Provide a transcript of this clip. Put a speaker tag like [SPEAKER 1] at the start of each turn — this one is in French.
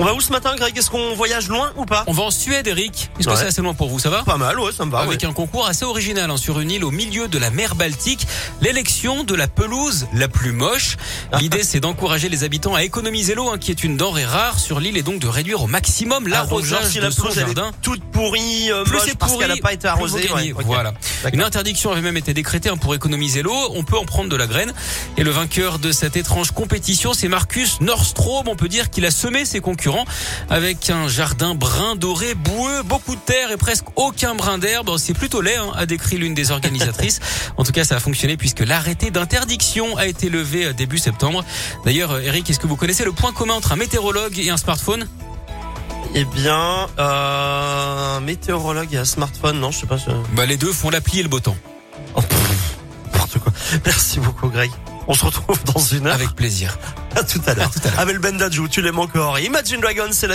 [SPEAKER 1] On va où ce matin, Greg Est-ce qu'on voyage loin ou pas
[SPEAKER 2] On va en Suède, Eric. Est-ce
[SPEAKER 1] Ouais.
[SPEAKER 2] que c'est assez loin pour vous Ça va
[SPEAKER 1] Pas mal, ouais, ça me va.
[SPEAKER 2] Ah, Avec un concours assez original hein, sur une île au milieu de la mer Baltique, l'élection de la pelouse la plus moche. L'idée, c'est d'encourager les habitants à économiser l'eau, hein, qui est une denrée rare sur l'île, et donc de réduire au maximum
[SPEAKER 1] ouais. Ah, donc, genre,
[SPEAKER 2] l'arrosage
[SPEAKER 1] si
[SPEAKER 2] de
[SPEAKER 1] la
[SPEAKER 2] son
[SPEAKER 1] pelouse elle
[SPEAKER 2] jardin.
[SPEAKER 1] est toute pourrie, euh,
[SPEAKER 2] Plus
[SPEAKER 1] moche,
[SPEAKER 2] c'est
[SPEAKER 1] parce
[SPEAKER 2] pourri,
[SPEAKER 1] qu'elle n'a pas été
[SPEAKER 2] plus
[SPEAKER 1] arrosée.
[SPEAKER 2] vous gagnez.
[SPEAKER 1] ouais, ok.
[SPEAKER 2] Voilà.
[SPEAKER 1] D'accord.
[SPEAKER 2] Une interdiction avait même été décrétée hein, pour économiser l'eau. On peut en prendre de la graine. Et le vainqueur de cette étrange compétition, c'est Marcus Nordstrom. On peut dire qu'il a semé ses concurrents avec un jardin brun doré, boueux, beaucoup de terre et presque aucun brin d'herbe. C'est plutôt laid, hein, a décrit l'une des organisatrices. en tout cas, ça a fonctionné puisque l'arrêté d'interdiction a été levé euh, début septembre. D'ailleurs, euh, Eric, est-ce que vous connaissez le point commun entre un météorologue et un smartphone
[SPEAKER 1] Eh bien, euh, un météorologue et un smartphone, non, je sais pas. je-
[SPEAKER 2] bah, Les deux font l'appli et le beau temps.
[SPEAKER 1] Oh, pff, N'importe quoi. Merci beaucoup, Greg. On se
[SPEAKER 2] Ah.
[SPEAKER 1] retrouve dans une heure.
[SPEAKER 2] Avec plaisir.
[SPEAKER 1] À tout à l'heure. Avec Bendajou, tu l'aimes encore. Imagine Dragons, c'est la